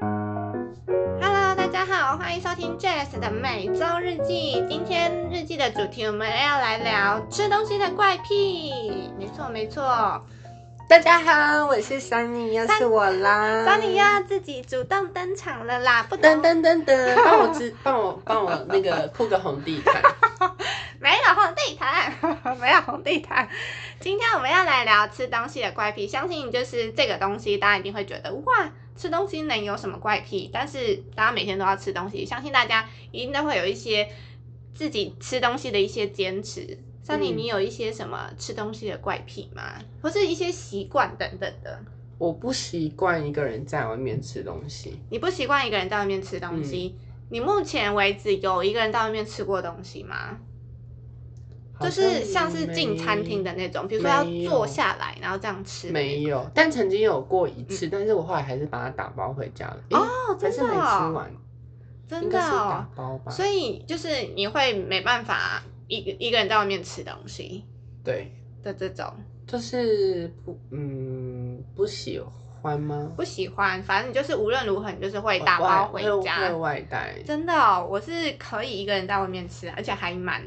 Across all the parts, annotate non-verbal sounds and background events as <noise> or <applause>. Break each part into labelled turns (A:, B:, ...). A: Hello，大家好，欢迎收听 Jess 的每周日记。今天日记的主题我们要来聊吃东西的怪癖。没错没错，
B: 大家好，我是桑尼，又是我啦。
A: 桑尼要自己主动登场了啦，不
B: 噔
A: 登登
B: 噔
A: <laughs>
B: 噔噔，帮我知，帮我帮我那个铺个红地毯。 <laughs>
A: 没有红地毯， <laughs> 没有红地毯。今天我们要来聊吃东西的怪癖，相信就是这个东西，大家一定会觉得哇。吃东西能有什么怪癖？但是大家每天都要吃东西，相信大家一定都会有一些自己吃东西的一些坚持。像你，
B: 嗯
A: 你有一些什么吃东西的怪癖吗？或是一些习惯等等的？
B: 我不习惯一个人在外面吃东西，
A: 你不习惯一个人在外面吃东西？你目前为止有一个人在外面吃过东西吗？就是像是进餐厅的那种，比如说要
B: 没有
A: 坐下来，然后这样吃
B: 好
A: 的
B: 像
A: 那种。
B: 没有，但曾经有过一次，但是我后来还是把它打包回家了。诶
A: 哦，
B: 还
A: 真
B: 是
A: 的
B: 没吃
A: 哦，
B: 完，
A: 真
B: 应
A: 的
B: 该是
A: 哦
B: 打。包吧。
A: 所以就是你会没办法一个一个人在外面吃东西
B: 对，
A: 的这种，
B: 就是不，嗯，不喜欢吗？
A: 不喜欢。反正你就是无论如何，你就是会打
B: 外
A: 包回家。
B: 会会外带。
A: 真的、哦，我是可以一个人在外面吃，而且还蛮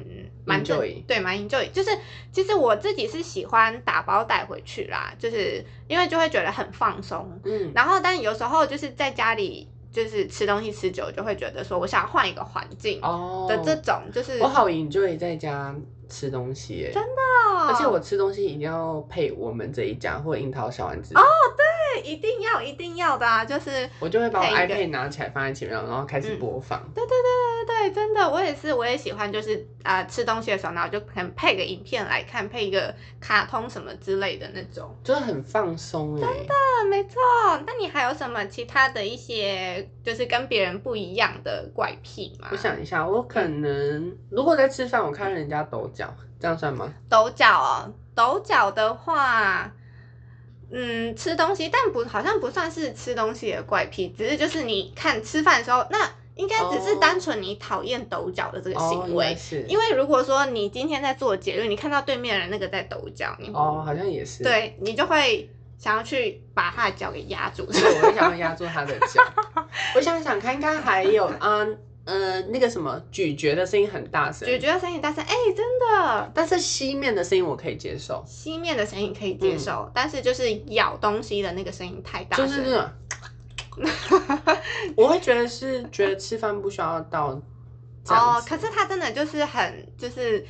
A: 蛮正
B: Enjoy
A: 对，蛮 enjoy。就是其实我自己是喜欢打包带回去啦，就是因为就会觉得很放松。
B: 嗯，
A: 然后，但有时候就是在家里就是吃东西吃久，就会觉得说我想换一个环境
B: 哦
A: 的这种，就是
B: 我好 enjoy 在家吃东西耶，
A: 真
B: 的，
A: 哦
B: 而且我吃东西一定要配我们这一家或樱桃小丸
A: 哦
B: 子，
A: 对一定要一定要的啊，就是
B: 我就会把我
A: 配一个
B: iPad 拿起来放在前面，然后开始播放。
A: 对，真的，我也是，我也喜欢，就是啊、呃吃东西的时候，然后就可能配个影片来看，配一个卡通什么之类的那种。
B: 就是很放松哎、
A: 啊，没错。那你还有什么其他的一些，就是跟别人不一样的怪癖吗？
B: 我想一下，我可能如果在吃饭，我看到人家抖脚，这样算吗？
A: 抖脚哦，抖脚的话，嗯，吃东西，但不好像不算是吃东西的怪癖，只是就是你看吃饭的时候，那应该只是
B: 哦
A: 单纯你讨厌抖脚的这个行
B: 应
A: 为。
B: 该哦是，
A: 因
B: 为
A: 为如果说你今天在做节日，你看到对面的人那个在抖脚，你
B: 哦，好像也是，，
A: 对你就会想要去把他的脚给压住。
B: 所以我会想要压住他的
A: <laughs>
B: 脚。我想想看，应该还有嗯呃那个什么咀嚼的声音很大声，
A: 咀嚼的声音大声，哎、真的，
B: 但是吸面的声音我可以接受，
A: 吸面的声音可以接受，但是就是咬东西的那个声音太大
B: 嗯就
A: 声，
B: 是那种， <laughs> 我会觉得是觉得吃饭不需要到这样
A: 哦。
B: 子
A: 可是他真的就是很，就是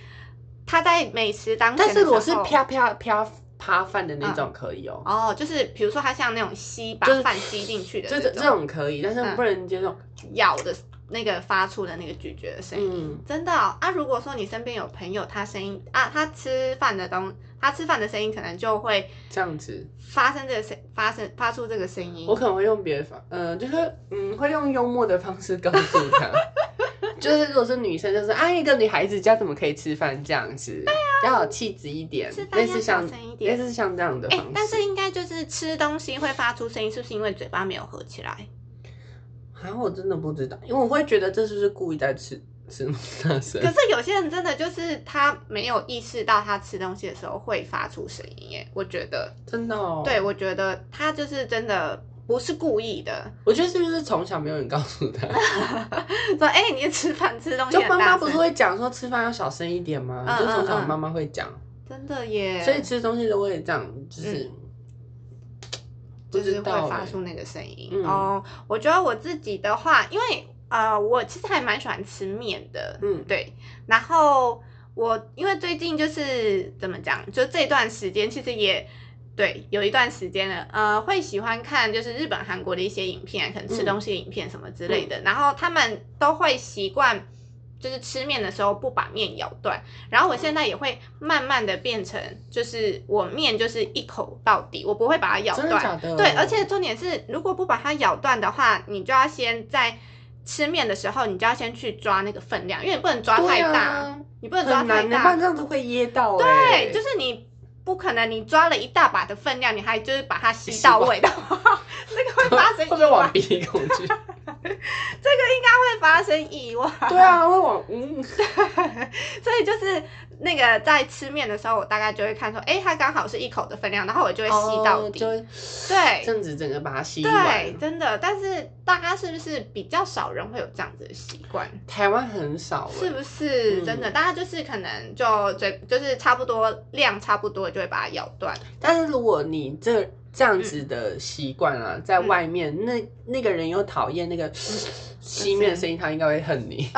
A: 他在美食当前
B: 但
A: 的时
B: 是
A: 候，
B: 我是啪啪啪啪饭的那种可以哦，
A: 哦，就是比如说他像那种吸把
B: 就是
A: 饭吸进去的
B: 这
A: 这
B: 这种可以，但是
A: 嗯
B: 不能接受。
A: 咬的那个发出的那个咀嚼的声音。
B: 嗯，
A: 真的哦、啊！如果说你身边有朋友，他声音啊，他吃饭的东，他吃饭的声音可能就会
B: 这样子，
A: 发生这个声，发生发出这个声音。
B: 我可能会用别的方，嗯、就是嗯，会用幽默的方式告诉
A: <laughs>
B: 他。就是如果是女生，就是啊，一个女孩子家怎么可以吃饭这样子？要有气质一点
A: 啊吃，饭
B: 类
A: 要
B: 似像
A: 小声一点
B: 类似像这样的
A: 哎、
B: 方式。
A: 但是应该就是吃东西会发出声音，是不是因为嘴巴没有合起来？
B: 啊，我真的不知道，因为我会觉得这是不是故意在吃吃那么大声
A: 可。是有些人真的就是他没有意识到他吃东西的时候会发出声音耶，我觉得，
B: 真的、哦，
A: 对，我觉得他就是真的不是故意的。 <laughs>
B: 我觉得是不是从小没有人告诉他？
A: 说哎、你吃饭吃东西
B: 就
A: 哎很
B: 妈
A: 大
B: 妈不是
A: 声，
B: 会讲说吃饭要小声一点吗？
A: 嗯
B: 就从小
A: 嗯嗯
B: 妈妈会讲，
A: 真的耶，
B: 所以吃东西的我也这样，就是、不
A: 嗯就是
B: 知
A: 会
B: 道、
A: 发
B: 欸。
A: 出那个声音。
B: 嗯
A: 哦，我觉得我自己的话，因为呃，我其实还蛮喜欢吃面的，
B: 嗯
A: 对。然后我因为最近就是怎么讲，就这段时间其实也。对，有一段时间了，呃，会喜欢看就是日本、韩国的一些影片，可能吃
B: 嗯
A: 东西的影片什么之类的。然后他们都会习惯，就是吃面的时候不把面咬断。然后我
B: 嗯
A: 现在也会慢慢的变成，就是我面就是一口到底，我不会把它咬
B: 真的
A: 断。
B: 假的？
A: 对，而且重点是，如果不把它咬断的话，你就要先在吃面的时候，你就要先去抓那个分量，因为你不能抓太
B: 对
A: 大，
B: 啊、
A: 你不能抓
B: 很
A: 太
B: 难的，不然
A: 大。
B: 这样子会噎到、欸。
A: 对，就是你不可能你抓了一大把的分量，你还就是把它吸到位的话，那个会发生
B: <laughs> 会不
A: 意
B: 会
A: 外 <laughs>
B: 往。鼻孔去？
A: 应该会发生意外。
B: 对啊，会往嗯，
A: 所以就是那个在吃面的时候，我大概就会看说，哎、它刚好是一口的分量，然后我就会吸到
B: 哦
A: 底。
B: 就会这
A: 对
B: 样子整个把它吸
A: 对，
B: 完。
A: 真的。但是大家是不是比较少人会有这样子的习惯？
B: 台湾很少欸，
A: 是不是、
B: 嗯
A: 真的？大家就是可能就嘴就是差不多量差不多就会把它咬
B: <laughs>
A: 断。
B: 但是如果你这这样子的习惯啊，在外面、那那个人又讨厌那个哦吸面的声音，他应该会恨 <laughs> 你。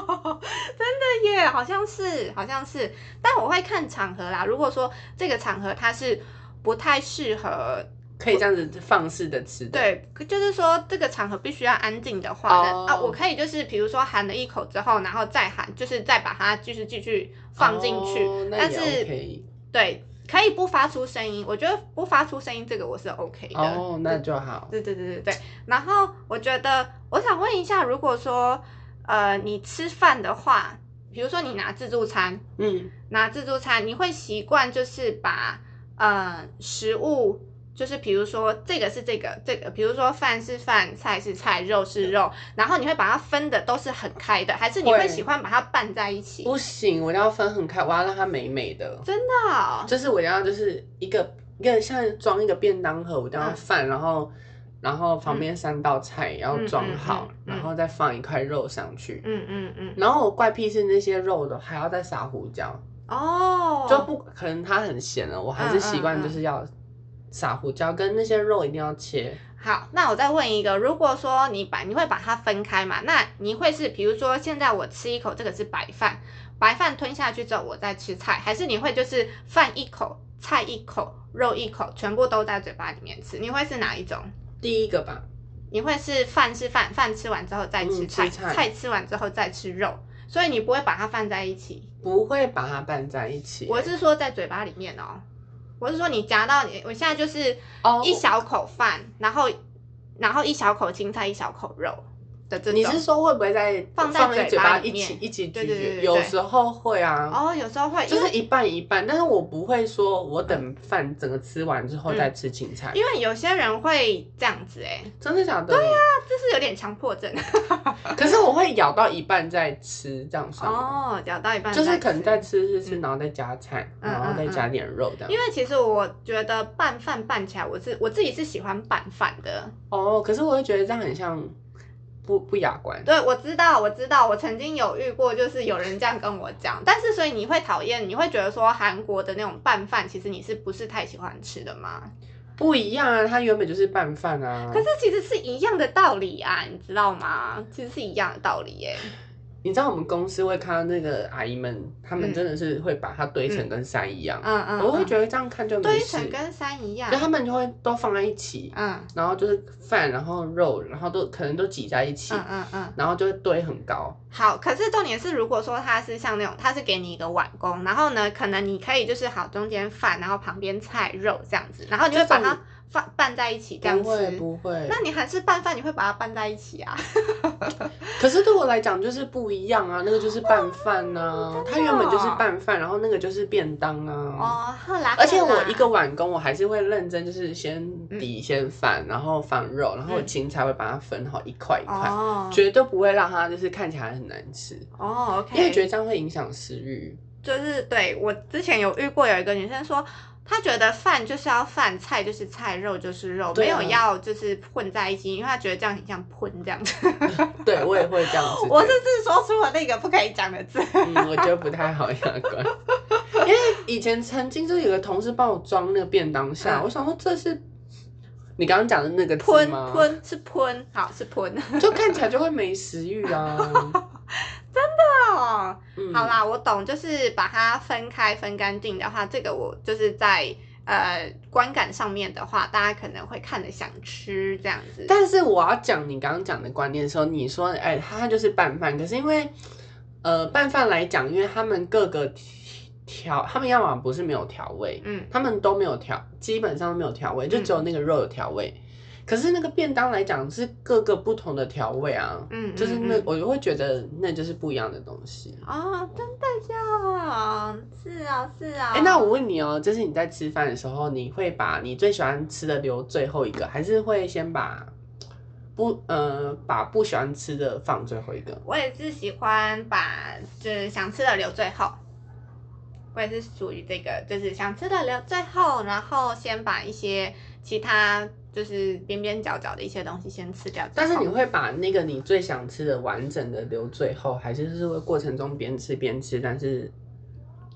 A: 真的耶，好像是，好像是，但我会看场合啦。如果说这个场合它是不太适合，
B: 可以这样子放肆的吃的，
A: 对，就是说这个场合必须要安静的话呢
B: 哦
A: 啊，我可以就是比如说含了一口之后，然后再含，就是再把它继续继续放进去，
B: 哦那
A: 但
B: 也
A: 是
B: OK
A: 对，可以不发出声音。我觉得不发出声音这个我是 OK 的。
B: 哦，那就好。
A: 对对对对对。然后我觉得，我想问一下，如果说呃你吃饭的话，比如说你拿自助餐，
B: 嗯，
A: 拿自助餐，你会习惯就是把呃食物，就是比如说这个是这个，这个比如说饭是饭，菜是菜，肉是肉，然后你会把它分的都是很开的，还是你
B: 会
A: 会喜欢把它拌在一起？
B: 不行，我要分很开，我要让它美美的，
A: 真的哦、
B: 就是我要就是一个一个像装一个便当盒，我都要
A: 嗯
B: 饭，然后然后旁边三道菜也要装好，
A: 嗯嗯嗯嗯
B: 然后再放一块肉上去。
A: 嗯嗯嗯，
B: 然后我怪癖是那些肉的还要再撒胡椒，
A: 哦，嗯
B: 就不可能它很咸了，我还是习惯就是要撒胡椒，跟那些肉一定要切。
A: 好，那我再问一个，如果说你把你会把它分开嘛？那你会是比如说现在我吃一口这个是白饭，白饭吞下去之后我再吃菜，还是你会就是饭一口，菜一口，肉一口，全部都在嘴巴里面吃？你会是哪一种？
B: 第一个吧，
A: 你会是饭是饭，饭吃完之后再吃
B: 嗯
A: 菜，
B: 吃菜
A: 吃完之后再吃肉，所以你不会把它放在一起。
B: 不会把它拌在一起。
A: 我是说在嘴巴里面哦，我是说你夹到你，我现在就是
B: 哦
A: 一小口饭，然后然后一小口青菜，一小口肉的这种。
B: 你是说会不会在
A: 放在
B: 在
A: 嘴
B: 嘴
A: 巴里
B: 一起
A: 面
B: 一起
A: 对
B: 咀
A: 对对
B: 嚼？
A: 对
B: 有
A: 对
B: 时候会啊，
A: 哦，有时候会，
B: 就
A: 因
B: 是
A: 为
B: 一半一半，但是我不会说我等饭整个吃完之
A: 嗯
B: 后再吃青菜，
A: 因为有些人会这样子哎、
B: 真的假的？对呀。
A: 这是有点强迫
B: <laughs>
A: 症。
B: 可是我会咬到一半再吃，这样算吗？
A: 哦，咬到一半
B: 就是
A: 再
B: 可能
A: 吃
B: 在吃吃吃，
A: 嗯
B: 然后再加菜，
A: 嗯
B: 然后再加点肉这样
A: 因。为其实我觉得拌饭拌起来，我是我自己是喜欢拌饭的。
B: 哦，可是我会觉得这样很像不不雅观。
A: 对，我知道，我知道，我曾经有遇过，就是有人这样跟我讲。但是，所以你会讨厌，你会觉得说韩国的那种拌饭，其实你是不是太喜欢吃的吗？
B: 不一样啊，它原本就是拌饭啊。
A: 可是其实是一样的道理啊，你知道吗？其实是一样的道理耶、
B: 你知道我们公司会看到那个阿姨们，她们
A: 嗯
B: 真的是会把它堆成跟山一样，
A: 嗯嗯，
B: 我会
A: 得
B: 觉得这样看就没
A: 堆
B: 事
A: 成。跟山一样
B: 就。他们就会都放在一起，
A: 嗯
B: 然后就是饭，然后肉，然后都可能都挤在一起，
A: 嗯嗯嗯，
B: 然后就会堆很高。
A: 好。可是重点是，如果说它是像那种，它是给你一个碗公，然后呢，可能你可以就是好中间饭，然后旁边菜肉这样子，然后你会把
B: 这
A: 它
B: 种
A: 放拌在一起这样
B: 不会
A: 吃。
B: 不会，
A: 那你还是拌饭，你会把它拌在一起啊？
B: 可是对我来讲就是不一样啊，那个就是拌饭啊，它原本就是拌饭，然后那个就是便当啊。
A: 哦，后来，
B: 而且
A: 好
B: 我
A: 啦
B: 一个碗工，我还是会认真，就是先底先饭，然后放肉，然后
A: 嗯
B: 芹菜会把它分好一块一块，
A: 哦
B: 绝对不会让它就是看起来很难吃，
A: 哦，OK，
B: 因为觉得这样会影响食欲。
A: 就是对我之前有遇过有一个女生说，她觉得饭就是要饭，菜就是菜，肉就是肉，
B: 对
A: 没
B: 啊
A: 有要就是混在一起，因为她觉得这样很像喷这样子。，
B: 对我也会这样子
A: <laughs> 我
B: 对
A: 是是说出了那个不可以讲的字。
B: 嗯，我觉得不太好雅
A: <laughs>
B: 观。因为以前曾经就有个同事帮我装那个便当箱，
A: 嗯
B: 我想说这是你刚刚讲的那个字
A: 喷 <laughs>
B: 吗？
A: 喷是喷，好是喷。
B: 就看起来就会没食欲啊。
A: <laughs> 哦，
B: 嗯
A: 好，啦，我懂，就是把它分开分干净的话，这个我就是在呃观感上面的话，大家可能会看着想吃这样子。
B: 但是我要讲你刚刚讲的观念的时候，你说哎，它就是拌饭，可是因为呃拌饭来讲，因为他们各个调，他们要么不是没有调味，
A: 嗯
B: 他们都没有调，基本上都没有调味，就只有那个肉有调味。可是那个便当来讲是各个不同的调味啊，
A: 嗯，
B: 就是
A: 嗯
B: 那
A: 嗯
B: 我就会觉得那就是不一样的东西。
A: 哦，真的呀，是啊是啊。
B: 哎、那我问你哦，就是你在吃饭的时候，你会把你最喜欢吃的留最后一个，还是会先把不呃把不喜欢吃的放最后一个。
A: 我也是喜欢把就是想吃的留最后，我也是属于这个，就是想吃的留最后，然后先把一些其他就是边边角角的一些东西先吃掉。
B: 但是你
A: 最后
B: 会把那个你最想吃的完整的留最后，还是就是会过程中边吃边吃？但是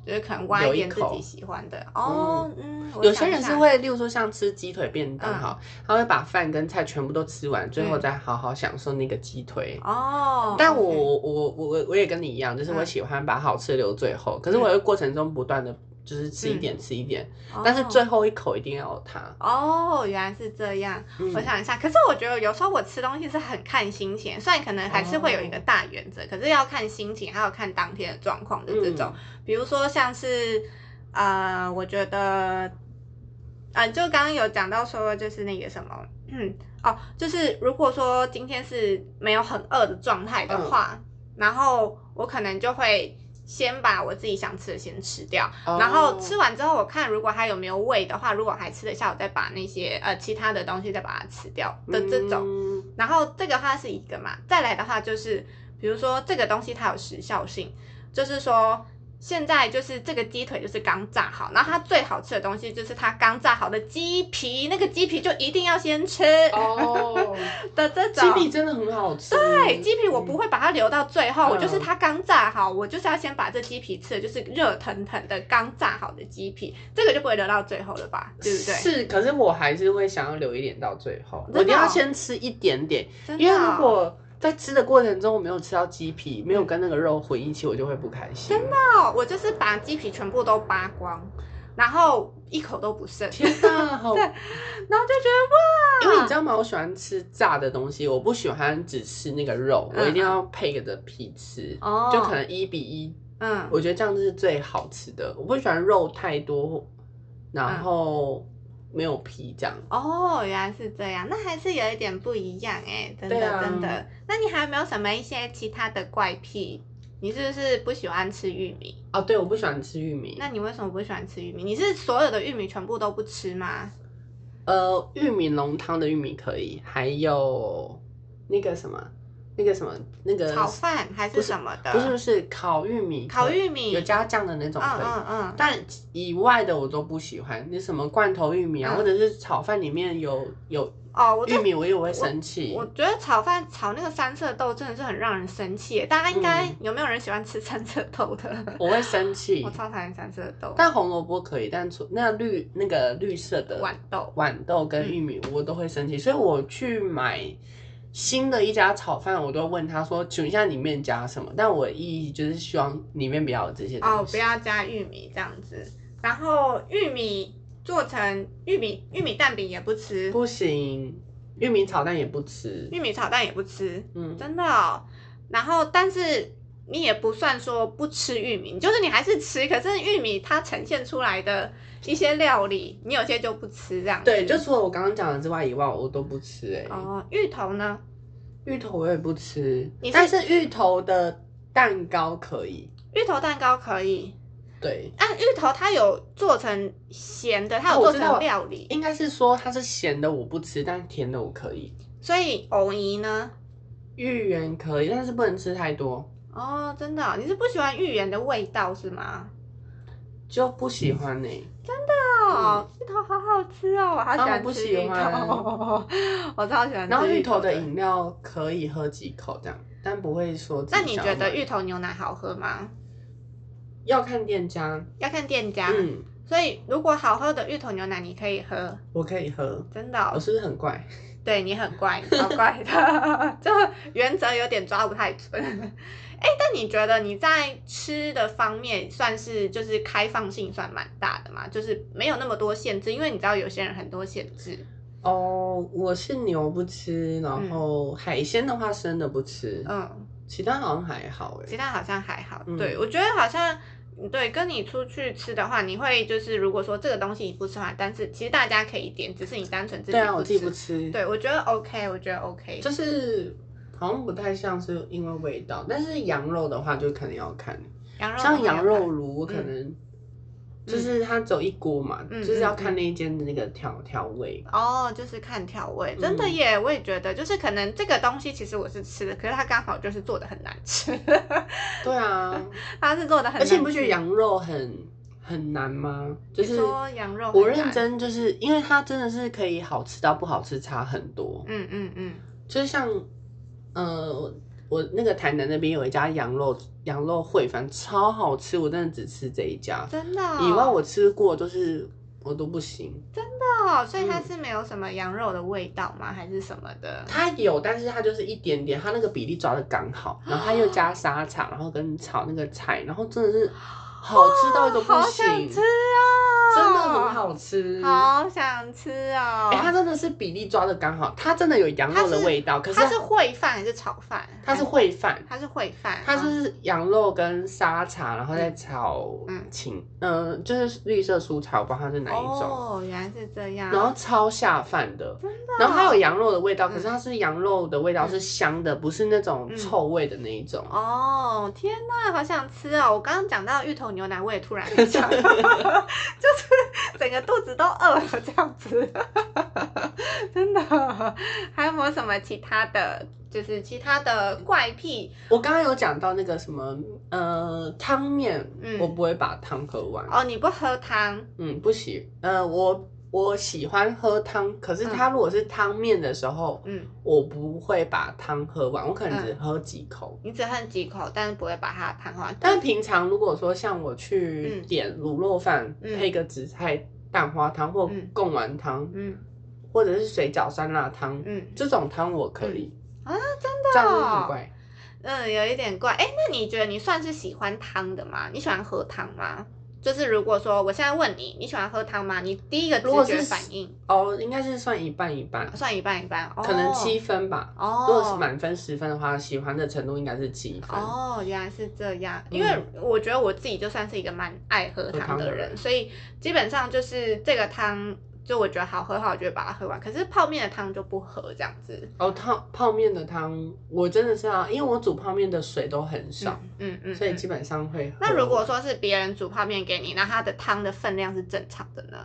A: 就是可能挖一
B: 留一
A: 点自
B: 口
A: 己喜欢的哦，嗯，我
B: 有
A: 想
B: 些
A: 一
B: 人
A: 下
B: 是会，例如说像吃鸡腿便当
A: 嗯
B: 哈，他会把饭跟菜全部都吃完，最后
A: 嗯
B: 再好好享受那个鸡腿。
A: 哦，
B: 但
A: OK
B: 我我我我我也跟你一样，就是我
A: 嗯
B: 喜欢把好吃留最后，可是
A: 嗯
B: 我会过程中不断的就是吃一点吃一点，但是
A: 哦
B: 最后一口一定要有它。
A: 哦，原来是这样。
B: 嗯
A: 我想一下，可是我觉得有时候我吃东西是很看心情，虽然可能还是会有一个大原则，可是要看心情，还有看当天的状况的这种。比如说像是，呃，我觉得，呃，就刚刚有讲到说，就是那个什么，嗯，哦，就是如果说今天是没有很饿的状态的话，然后我可能就会先把我自己想吃的先吃掉。
B: 哦
A: 然后吃完之后，我看如果还有没有胃的话，如果还吃得下，我再把那些呃其他的东西再把它吃掉的这种。
B: 嗯
A: 然后这个话是一个嘛，再来的话就是，比如说这个东西它有时效性，就是说现在就是这个鸡腿就是刚炸好，然后它最好吃的东西就是它刚炸好的鸡皮，那个鸡皮就一定要先吃
B: 哦，
A: <laughs> 的这
B: 鸡
A: 种。
B: 皮真的很好吃。
A: 对，鸡皮我不会把它留到最后，
B: 嗯
A: 我就是它刚炸好，我就是要先把这鸡皮吃了，就是热腾腾的刚炸好的鸡皮，这个就不会留到最后了吧，对不对？
B: 是，可是我还是会想要留一点到最后，
A: 真的
B: 我一定要
A: 哦
B: 先吃一点点，
A: 真的
B: 因为如
A: 哦嗯
B: 果在吃的过程中我没有吃到鸡皮，没有跟那个肉混一起，我就会不开心。真的？
A: 哦，我就是把鸡皮全部都扒光，然后一口都不剩，
B: 天哪，
A: 然后
B: 好！
A: 就觉得
B: 因为你知
A: 啊
B: 道吗？我喜欢吃炸的东西，我不喜欢只吃那个肉，我一
A: 嗯
B: 定要配着皮吃，
A: 哇，哦
B: 就可能一比一，
A: 嗯
B: 我觉得这样子是最好吃的。我不喜欢肉太多，
A: 嗯
B: 然后没有皮这样。
A: 哦，原来是这样，那还是有一点不一样哎、真
B: 对
A: 的、
B: 啊
A: 真的。那你还有没有什么一些其他的怪癖？你是不是不喜欢吃玉米？
B: 哦，对，我不喜欢吃玉米。
A: 那你为什么不喜欢吃玉米？你是所有的玉米全部都不吃吗？
B: 呃，玉米浓汤的玉米可以，还有那个什么，那个什么，那个
A: 炒饭还是什么的？
B: 不是不是烤玉米可以，
A: 烤玉米，
B: 有加酱的那种
A: 嗯
B: 可以。
A: 嗯嗯，
B: 但以外的我都不喜欢，你什么罐头玉米啊，
A: 嗯
B: 或者是炒饭里面有有
A: 哦，我
B: 玉
A: 就
B: 米，我也会生气
A: 我。觉得炒饭炒那个三色豆真的是很让人生气耶。大家应该、
B: 嗯
A: 有没有人喜欢吃三色豆的？
B: <laughs> 我会生气
A: 我。超讨厌三色豆，
B: 但红萝卜可以，但除那绿那个绿色的
A: 豌豆。
B: 豌豆跟玉
A: 嗯
B: 米，我都会生气。所以我去买新的一家炒饭，我都会问他说：“请问一下里面加什么？”但我的意义就是希望里面不要有这些东西。
A: 哦，不要加玉米这样子。然后玉米做成玉米玉米蛋饼也不吃，
B: 不行，玉米炒蛋也不吃。
A: 玉米炒蛋也不吃，
B: 嗯，
A: 真的、哦。然后，但是你也不算说不吃玉米，就是你还是吃，可是玉米它呈现出来的一些料理，你有些就不吃这样子。
B: 对，就除了我刚刚讲的之外，以外我都不吃、欸。哎、
A: 哦，芋头呢？
B: 芋头我也不吃
A: 你，是
B: 但是芋头的蛋糕可以。
A: 芋头蛋糕可以，
B: 对，
A: 啊，芋头它有做成咸的，它有
B: 哦我
A: 做
B: 知道
A: 成料理，
B: 应该是说它是咸的我不吃，但是甜的我可以。
A: 所以藕泥呢？
B: 芋圆可以，但是不能吃太多，
A: 哦，真的哦、你是不喜欢芋圆的味道是吗？
B: 就不喜欢欸呢、
A: 嗯哦，芋头好好吃哦，我好喜
B: 啊我
A: 欢
B: 不
A: 吃
B: 喜
A: 芋头， <laughs> 我超喜欢吃。
B: 然后芋头的，饮料可以喝几口这样，但不会说自己
A: 那
B: 想要买。
A: 你觉得芋头牛奶好喝吗？
B: 要看店家？
A: 要看店家，
B: 嗯，
A: 所以如果好喝的芋头牛奶你可以喝，
B: 我可以喝。
A: 真的哦、
B: 我是不是很怪？
A: 对你很
B: <laughs>
A: 怪，超怪的， <laughs> 就原则有点抓不太准。 <laughs> 哎、但你觉得你在吃的方面算是就是开放性算蛮大的嘛？就是没有那么多限制，因为你知道有些人很多限制。
B: 哦、我是牛不吃，然后海鲜的话生的不吃，
A: 嗯，
B: 其他好像还好哎、
A: 其他好像还好。
B: 嗯
A: 对我觉得好像。对，跟你出去吃的话，你会就是如果说这个东西你不吃的话，但是其实大家可以点，只是你单纯自己
B: 对啊，
A: 不
B: 我自
A: 吃。
B: 己不吃。，
A: 对，我觉得 OK，我觉得 OK。
B: 就是好像不太像是因为味道，但是羊肉的话就可能要看，
A: 羊肉
B: 像
A: 的话
B: 羊
A: 要
B: 肉
A: 看
B: 炉我可能就是它走一锅嘛，
A: 嗯
B: 就是要看那一间的那个调调味。
A: 哦，就是看调味，真的
B: 嗯
A: 耶！我也觉得，就是可能这个东西其实我是吃的，可是它刚好就是做的很难吃， <laughs>
B: 对啊，
A: 它是做嗯 <laughs> 的很难吃，
B: 而且你不觉得羊肉很很难吗？就
A: 你
B: 是
A: 说羊肉
B: 我
A: 很
B: 认
A: 难
B: 真，就是因为它真的是可以好吃到不好吃差很多。
A: 嗯嗯嗯，
B: 就是像，呃，我那个台南那边有一家羊肉羊肉烩饭超好吃，我真的只吃这一家。
A: 真的哦、
B: 以外我吃过都是我都不行。
A: 哦，所以它
B: 嗯
A: 是没有什么羊肉的味道吗？还是什么的？
B: 它有，但是它就是一点点，它那个比例抓的刚好，然后它又加沙茶，然后跟炒那个菜，然后真的是好吃到一个不
A: 好
B: 行，
A: 想吃哦，
B: 真的很，好吃。
A: 好想吃哦。
B: 哎、它真的是比例抓的刚好，它真的有羊肉
A: 它
B: 的
A: 是
B: 味道，可是
A: 它是烩饭还是炒饭？
B: 它是烩饭，
A: 它是烩饭，
B: 它
A: 哦
B: 是羊肉跟沙茶，然后再炒
A: 嗯
B: 芹，嗯、就是绿色蔬菜，我不知道它是哪一种。
A: 哦，原来是这样。
B: 然后超下饭的，然后它有羊肉的味道，
A: 啊嗯
B: 可是它是羊肉的味道是香的，不是那种臭味的那一种。啊
A: 哦，天呐，好想吃哦！我刚刚讲到芋头牛奶，我也突
B: <laughs>
A: 然很想， <laughs> 就是整个肚子都饿了这样子，真的。还有没有什么其他的，就是其他的怪癖？
B: 我刚刚有讲到那个什么，呃，汤面，
A: 嗯
B: 我不会把汤喝完，
A: 哦，你不喝汤，
B: 嗯，不喜，呃，我我喜欢喝汤，可是它如果是汤面的时候，
A: 嗯，
B: 我不会把汤喝完，我可能只喝几口。
A: 你只喝几口，但是不会把它的汤喝完。
B: 但平常如果说像我去
A: 嗯
B: 点卤肉饭，
A: 嗯
B: 配个紫菜蛋花汤或
A: 嗯
B: 贡丸汤，
A: 嗯
B: 或者是水饺酸辣汤，
A: 嗯
B: 这种汤我可以。
A: 嗯啊，
B: 真的、这样是不是很怪。
A: 嗯，有一点怪。哎，那你觉得你算是喜欢汤的吗？你喜欢喝汤吗？就是如果说我现在问你，你喜欢喝汤吗？你第一个直
B: 如果
A: 觉
B: 是
A: 反应
B: 哦，应该是算一半一半，
A: 算一半一半，哦、
B: 可能七分吧。
A: 哦，
B: 如果是满分十分的话，喜欢的程度应该是七分。
A: 哦，原来是这样。
B: 嗯
A: 因为我觉得我自己就算是一个蛮爱喝汤的
B: 喝汤的
A: 人，
B: 人
A: 所以基本上就是这个汤，就我觉得好喝的话，我就会把它喝完。可是泡面的汤就不喝这样子。
B: 哦，汤泡面的汤，我真的是要，因为我煮泡面的水都很少，
A: 嗯嗯。
B: 所以
A: 嗯
B: 基本上会喝。
A: 那如果说是别人煮泡面给你，那它的汤的分量是正常的呢，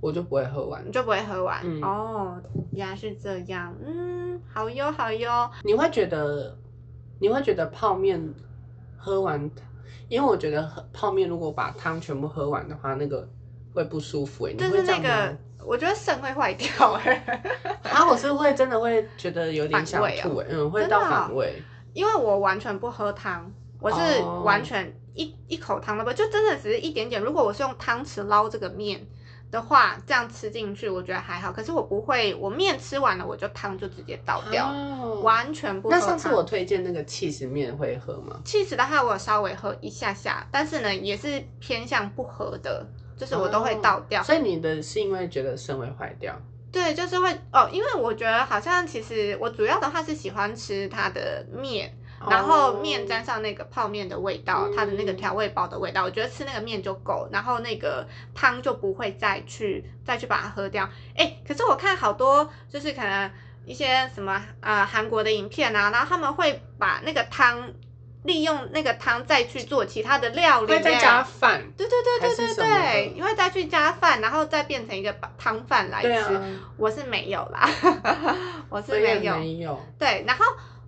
B: 我就不会喝完
A: 你。就不会喝完。
B: 嗯
A: 哦，原来是这样。嗯，好哟好哟。
B: 你会觉得，你会觉得泡面喝完，因为我觉得喝泡面如果把汤全部喝完的话，那个会不舒服哎、欸。你
A: 就
B: 会
A: 是
B: 这
A: 那
B: 样
A: 个
B: 吗？，
A: 我觉得肾会坏掉、 <laughs>
B: 啊，我是会真的会觉得有点想
A: 反胃哦
B: 吐哎、嗯，会
A: 真的
B: 到
A: 哦
B: 反胃。
A: 因为我完全不喝汤，我是
B: 哦
A: 完全一、一口汤都不，就真的只是一点点。如果我是用汤匙捞这个面的话，这样吃进去，我觉得还好。可是我不会，我面吃完了我就汤就直接倒掉，
B: 哦、
A: 完全不喝
B: 那
A: 汤。
B: 上次我推荐那个 cheese 面会喝吗？
A: 气死的话，我有稍微喝一下下，但是呢，也是偏向不喝的，就是我都会倒掉。
B: 哦所以你的是因为觉得肾会坏掉，
A: 对，就是会哦，因为我觉得好像其实我主要的话是喜欢吃它的面。然后面沾
B: 在
A: 上那个泡面的味道，
B: 哦嗯
A: 它的那个调味包的味道，我觉得吃那个面就够，然后那个汤就不会再去再去把它喝掉。哎，可是我看好多就是可能一些什么呃韩国的影片啊，然后他们会把那个汤利用那个汤再去做其他的料理耶，
B: 会再加饭，
A: 对对对对
B: 还
A: 对
B: 是什么的
A: 对，因为再去加饭，然后再变成一个汤饭来
B: 对
A: 吃。
B: 啊，
A: 我是没有
B: <laughs>
A: 啦，我是
B: 我也
A: 没有。
B: 没有，
A: 对，然后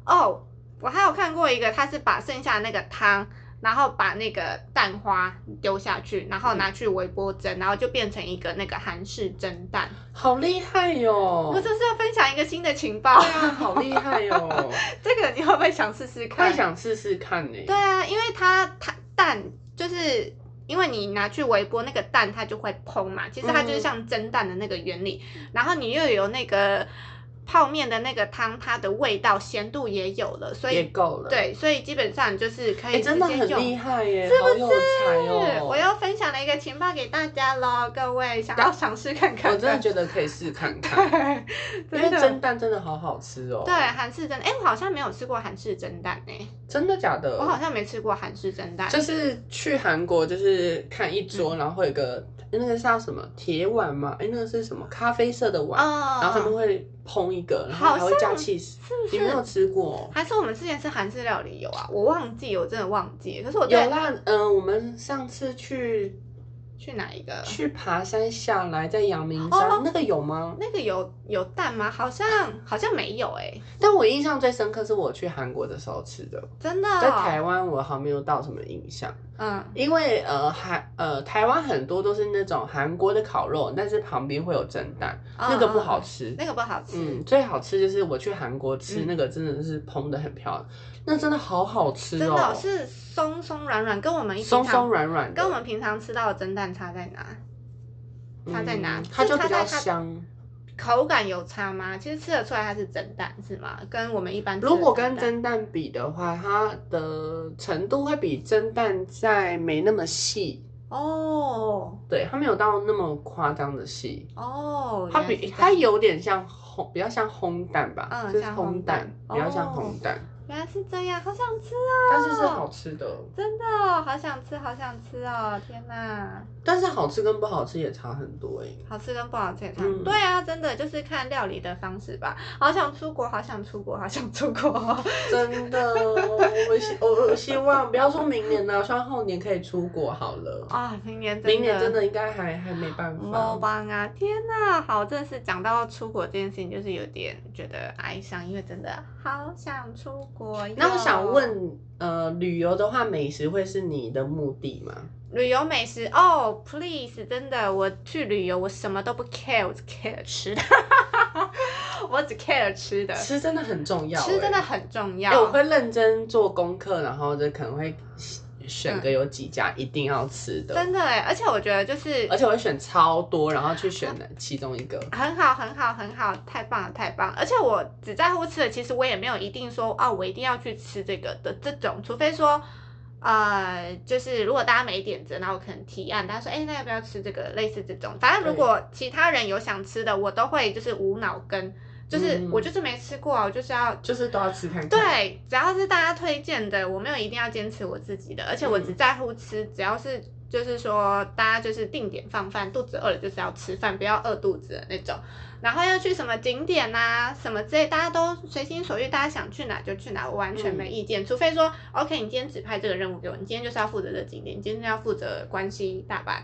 A: 哦，我还有看过一个，他是把剩下那个汤，然后把那个蛋花丢下去，然
B: 嗯
A: 后拿去微波蒸，然后就变成一个那个韩式蒸蛋。
B: 好厉害哟、
A: 我这是要分享一个新的情报
B: 哦对，啊，好厉害哟、
A: <laughs> 这个你会不会想试试
B: 太
A: 看？
B: 想试试看呢、
A: 对啊，因为它它蛋就是因为你拿去微波，那个蛋它就会蓬嘛，其实它就是
B: 嗯
A: 像蒸蛋的那个原理，然后你又有那个。泡面的那个汤，它的味道咸度也有了，所以
B: 也够了。
A: 对，所以基本上就是可
B: 哎、
A: 以直
B: 真的
A: 接
B: 很厉
A: 用。
B: 害耶，
A: 是不
B: 好有才
A: 是，
B: 哦！
A: 我又分享了一个情报给大家喽，各位想要尝试看看，
B: 我真的觉得可以试看看，因
A: <laughs>
B: 为
A: 真的
B: 蒸蛋真的好好吃哦。
A: 对，韩式蒸，哎、我好像没有吃过韩式蒸蛋哎、
B: 真的假的？
A: 我好像没吃过韩式蒸蛋，
B: 就是去韩国，就是看一
A: 嗯
B: 桌，然后会有一个那个是叫什么铁碗吗？哎、那个是什么咖啡色的碗，
A: 哦，
B: 然后他们会烹一个，然后还会加 cheese。
A: 是不
B: 你没有
A: 是？
B: 吃过？哦
A: 还是我们之前吃韩式料理有哦
B: 呃
A: 啊？我忘记，我真的忘记。可是我对
B: 有啦，嗯、我们上次去
A: 去哪一个？
B: 去爬山下来，在阳明山、
A: 呃哦
B: 那个有吗？
A: 那个有有蛋吗？好像好像没有哎、
B: 但我印象最深刻是我去韩国的时候吃的，
A: 真的、哦
B: 在台，湾我好像没有到什么印象，
A: 嗯，
B: 因为呃韩呃台湾很多都是那种韩国的烤肉，但是旁边会有蒸蛋，
A: 嗯
B: 那个不好
A: 吃，
B: 吃。
A: 那个不好吃，
B: 嗯，最好吃就是我去韩国吃
A: 嗯
B: 那个，真的是烹的很漂亮，那真的好好吃
A: 真的哦、是松松软软，跟我们一
B: 松松
A: 软，
B: 软软的，
A: 跟我们平常吃到的蒸蛋差在哪？它在哪
B: 嗯它
A: 是
B: 就
A: 它
B: 比较
A: 在它
B: 香。
A: 口感有差吗？其实吃得出来它是蒸蛋是吗？跟我们一般吃的
B: 如果跟
A: 蛋
B: 蒸蛋比的话，它的程度会比蒸蛋再没那么细，
A: 哦
B: 对，它没有到那么夸张的细，
A: 哦，
B: 它
A: 原来是
B: 比
A: 这
B: 它
A: 样
B: 有点像烘，比较像烘蛋吧，
A: 嗯
B: 就是
A: 像
B: 烘
A: 烘蛋
B: 比较像
A: 哦
B: 烘蛋，
A: 原来是这样，好想吃
B: 但是是好吃的，
A: 真的哦、好想吃，好想吃哦！天哪，
B: 但是好吃跟不好吃也差很多哎、
A: 好吃跟不好吃也差。
B: 嗯
A: 对啊，真的就是看料理的方式吧。好想出国，好想出国，好想出国。 <laughs>
B: <laughs> 真的，我希我我希望不要说明年啊呢、希望后年可以出国好了，
A: 啊，明年真的，
B: 明年真的应该还还没办
A: 摸
B: 法，
A: 帮啊！天哪，好，真的是讲到出国这件事情，就是有点觉得哀伤，因为真的好想出国。
B: 那我想，问，呃，旅游的话，美食会是你的目的吗？
A: 旅游美食哦、p l e a s e 真的，我去旅游，我什么都不 care，我只 care 吃的， <laughs> 我只 care 吃的，
B: 吃真的很重要、欸，
A: 吃真的很重要。
B: 哎、我会认真做功课，然后就可能会选个有几家一定要吃的，
A: 真的哎，而且我觉得就是
B: 而且我会选超多，然后去选哪其中一个。
A: 很好，很好，很好，太棒了，太棒了！而且我只在乎吃的，其实我也没有一定说啊，我一定要去吃这个的这种，除非说，呃，就是如果大家没点子，然后我可能提案，大家说，哎、那要不要吃这个？类似这种，反正如果其他人有想吃的，我都会就是无脑跟，就是、
B: 嗯
A: 我就是没吃过啊，我就是要
B: 就是都要吃看看。，
A: <laughs> 对，只要是大家推荐的，我没有一定要坚持我自己的，而且我只在
B: 嗯
A: 乎吃，只要是就是说大家就是定点放饭，肚子饿了就是要吃饭，不要饿肚子的那种。然后要去什么景点呐、什么之类，大家都随心所欲，大家想去哪就去哪，我完
B: 嗯
A: 全没意见。除非说，OK，你今天指派这个任务给我，你今天就是要负责这景点，你今天要负责关西大阪。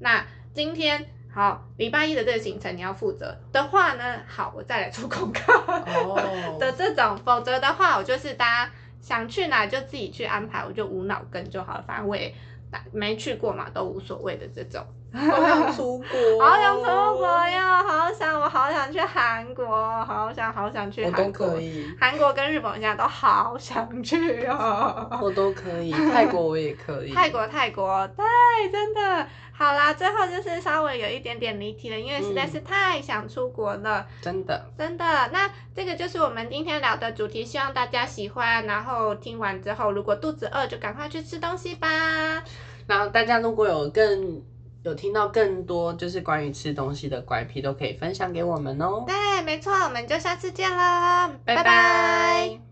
A: 那今天好，礼拜一的这个行程你要负责的话呢，好，我再来出功课。
B: 哦，
A: 的这种，否则的话，我就是大家想去哪就自己去安排，我就无脑跟就好了，反正我也哪没去过嘛，都无所谓的这种。
B: 好想出国，
A: <laughs> 好想出国！呀！好想，我好想去韩国，好想好想去
B: 我都
A: 韩
B: 可
A: 国。
B: 以，
A: 韩国跟日本我现在都好想去
B: <laughs>
A: 哦。
B: 我都可以，泰国我也可以，
A: 泰国，泰国，对，真的。好啦，最后就是稍微有一点点离题了，因为实在是太想出国了。
B: 真的，
A: 真的，那这个就是我们今天聊的主题，希望大家喜欢。然后听完之后，如果肚子饿，就赶快去吃东西吧。
B: 然后大家如果有更有听到更多就是关于吃东西的怪癖，都可以分享给我们哦。
A: 对，没错，我们就下次见啦，
B: 拜
A: 拜拜
B: 拜